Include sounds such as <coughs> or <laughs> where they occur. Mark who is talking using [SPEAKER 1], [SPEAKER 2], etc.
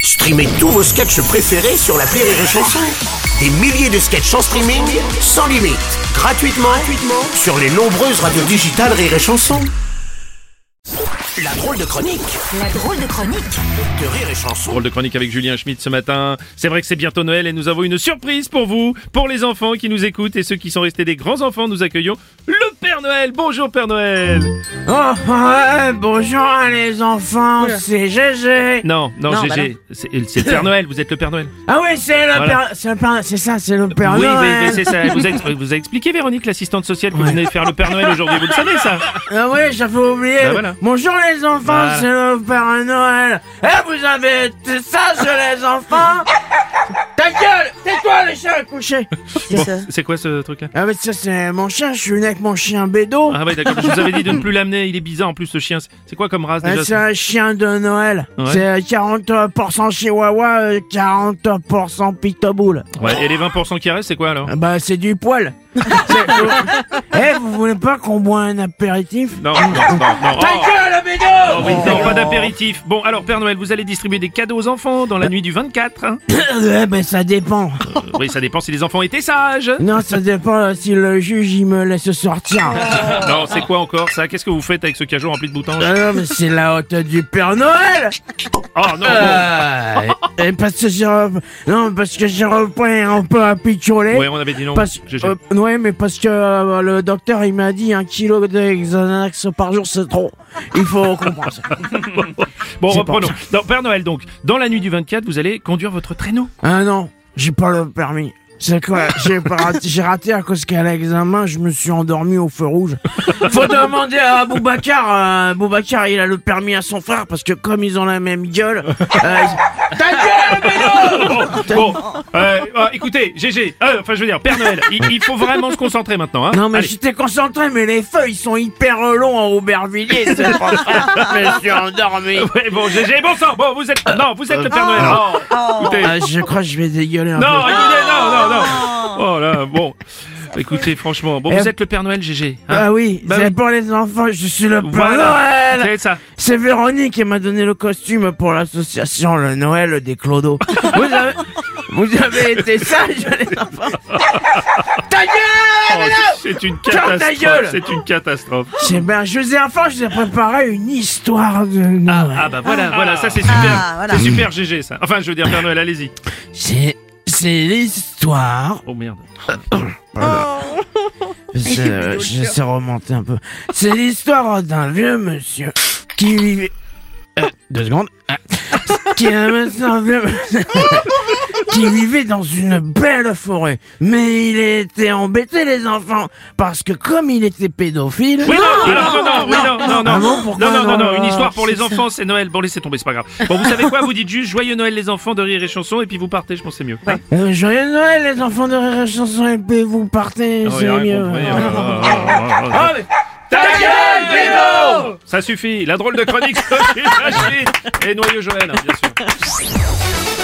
[SPEAKER 1] Streamez tous vos sketchs préférés sur la Rire et Chanson. Des milliers de sketchs en streaming, sans limite, gratuitement, gratuitement sur les nombreuses radios digitales Rire et Chanson. La drôle de chronique
[SPEAKER 2] La drôle de chronique
[SPEAKER 1] de Rire et Chanson.
[SPEAKER 3] Drôle de chronique avec Julien Schmidt ce matin. C'est vrai que c'est bientôt Noël et nous avons une surprise pour vous, pour les enfants qui nous écoutent et ceux qui sont restés des grands enfants. Nous accueillons le Père Noël. Bonjour Père Noël.
[SPEAKER 4] Oh, ouais, bonjour hein, les enfants, c'est GG.
[SPEAKER 3] Non, non,
[SPEAKER 4] Non,
[SPEAKER 3] GG,
[SPEAKER 4] bah
[SPEAKER 3] c'est c'est le Père Noël. Vous êtes le Père Noël.
[SPEAKER 4] Ah oui, c'est le
[SPEAKER 3] Voilà.
[SPEAKER 4] père, c'est le père, c'est ça, c'est le père
[SPEAKER 3] oui, oui,
[SPEAKER 4] Noël.
[SPEAKER 3] oui, c'est ça. Vous avez, vous avez expliqué Véronique, l'assistante sociale, que vous venez faire le Père Noël aujourd'hui. Vous le savez ça
[SPEAKER 4] Ah oui, j'avais oublié.
[SPEAKER 3] Bah voilà.
[SPEAKER 4] Bonjour les enfants,
[SPEAKER 3] Voilà.
[SPEAKER 4] c'est le père Noël. Eh, vous avez été sages les enfants. Ta gueule, tais-toi les chiens couchés.
[SPEAKER 3] Bon, C'est quoi ce truc-là
[SPEAKER 4] Ah mais ça c'est mon chien, je suis né avec mon chien Bédo.
[SPEAKER 3] Ah ouais, d'accord. Je vous avais dit de ne plus l'amener. Il est bizarre en plus ce chien. C'est quoi comme race
[SPEAKER 4] Ah,
[SPEAKER 3] déjà
[SPEAKER 4] c'est un chien de Noël.
[SPEAKER 3] Ouais.
[SPEAKER 4] C'est 40% chihuahua, euh, 40% pitbull.
[SPEAKER 3] Ouais, Et les 20% qui restent, c'est quoi alors
[SPEAKER 4] Ah Bah, c'est
[SPEAKER 3] <laughs>
[SPEAKER 4] du poil. Eh, vous voulez pas qu'on boit un apéritif
[SPEAKER 3] Non, non, non, non.
[SPEAKER 4] Ta
[SPEAKER 3] Oh.
[SPEAKER 4] gueule, Bédo
[SPEAKER 3] Oh oui, non, pas d'apéritif. Bon, alors Père Noël, vous allez distribuer des cadeaux aux enfants dans la nuit du 24. hein
[SPEAKER 4] <coughs> Eh ben, ça dépend.
[SPEAKER 3] Euh, oui, ça dépend si les enfants étaient sages.
[SPEAKER 4] Non, ça dépend euh, si le juge, il me laisse sortir.
[SPEAKER 3] Non, c'est quoi encore ça Qu'est-ce que vous faites avec ce cajou rempli de boutons
[SPEAKER 4] Ah non, mais c'est la haute du Père Noël
[SPEAKER 3] Oh non,
[SPEAKER 4] Euh, et, et parce que j'ai... rep- Non, parce que j'ai repris un peu à picoler.
[SPEAKER 3] bon. Ouais, on avait dit non.
[SPEAKER 4] Parce,
[SPEAKER 3] GG.
[SPEAKER 4] euh, ouais, mais parce que euh, le docteur il m'a dit un kilo de Xanax par jour c'est trop. Il faut compenser.
[SPEAKER 3] bon,
[SPEAKER 4] c'est
[SPEAKER 3] reprenons. Non, Père Noël, donc, dans la nuit du 24, vous allez conduire votre traîneau.
[SPEAKER 4] Ah non, j'ai pas le permis. C'est
[SPEAKER 3] <laughs>
[SPEAKER 4] quoi J'ai pas raté, j'ai raté à cause qu'à l'examen, je me suis endormi au
[SPEAKER 3] <laughs>
[SPEAKER 4] feu rouge. Faut demander à Boubacar. euh, Boubacar, il a le permis à son frère parce que comme ils ont la
[SPEAKER 3] <laughs>
[SPEAKER 4] même gueule. euh, ils- Ta gueule, Bélo
[SPEAKER 3] Oh, Bon, euh, euh, écoutez, GG, euh, enfin je veux dire, Père Noël, il, il faut vraiment se concentrer maintenant. Hein
[SPEAKER 4] Non mais
[SPEAKER 3] Allez.
[SPEAKER 4] j'étais concentré, mais les feuilles sont hyper longs en Aubervilliers.
[SPEAKER 3] <laughs>
[SPEAKER 4] c'est pas vrai. je me suis endormi.
[SPEAKER 3] Ouais, bon, GG, bon sang, bon, vous êtes... Non, vous êtes le
[SPEAKER 4] Euh.
[SPEAKER 3] Père Noël. Oh, écoutez,
[SPEAKER 4] Ah, je crois que je vais dégueuler un
[SPEAKER 3] Non,
[SPEAKER 4] peu.
[SPEAKER 3] écoutez, non, non, non. Oh là, bon. Écoutez, franchement, bon, vous
[SPEAKER 4] Eh,
[SPEAKER 3] êtes le Père Noël, GG. hein
[SPEAKER 4] Ah oui,
[SPEAKER 3] Bah
[SPEAKER 4] c'est
[SPEAKER 3] oui.
[SPEAKER 4] pour les enfants, je suis le Père
[SPEAKER 3] Voilà.
[SPEAKER 4] Noël
[SPEAKER 3] C'est ça.
[SPEAKER 4] C'est Véronique qui m'a donné le costume pour l'association Le Noël des Clodos. vous, avez, vous avez été sage, les enfants Ta
[SPEAKER 3] Oh,
[SPEAKER 4] gueule
[SPEAKER 3] c'est une
[SPEAKER 4] Eh, Ferme ta
[SPEAKER 3] catastrophe.
[SPEAKER 4] gueule.
[SPEAKER 3] C'est une catastrophe.
[SPEAKER 4] C'est bien, je vous ai enfin, je vous ai préparé une histoire de Noël.
[SPEAKER 3] Ah bah voilà, voilà, ça c'est super.
[SPEAKER 2] Ah, voilà.
[SPEAKER 3] C'est super GG ça. Enfin, je veux dire, Père Noël, allez-y.
[SPEAKER 4] C'est, c'est l'histoire...
[SPEAKER 3] Oh merde.
[SPEAKER 4] c'est, euh, Je sais remonter un peu. C'est l'histoire d'un vieux monsieur qui vivait... Euh, deux secondes. Ah. qui est un monsieur, un vieux monsieur. qui vivait dans une belle forêt. Mais il était embêté, les enfants, parce que comme il était pédophile...
[SPEAKER 3] Oui, non, alors, non, non, oui, non, non, non.
[SPEAKER 4] Ah bon, pourquoi
[SPEAKER 3] non, non, non, non,
[SPEAKER 4] non,
[SPEAKER 3] une histoire pour
[SPEAKER 4] c'est
[SPEAKER 3] les enfants, c'est Noël. Bon, laissez tomber, c'est pas grave. Bon, vous savez quoi Vous dites juste joyeux Noël les enfants de rire et chanson et puis vous partez, je pense que c'est mieux.
[SPEAKER 4] Euh, joyeux Noël, les enfants de Rire et Chanson, et puis vous partez,
[SPEAKER 3] Oh, il
[SPEAKER 4] c'est
[SPEAKER 3] a rien
[SPEAKER 4] mieux.
[SPEAKER 3] compris. Oh, oh, oh, oh, <laughs> oh.
[SPEAKER 4] Ah, mais-
[SPEAKER 3] Ta gueule, Bruno <laughs> Ça suffit, la drôle de chronique, c'est Rachid et Noyeux Joël, hein, bien sûr.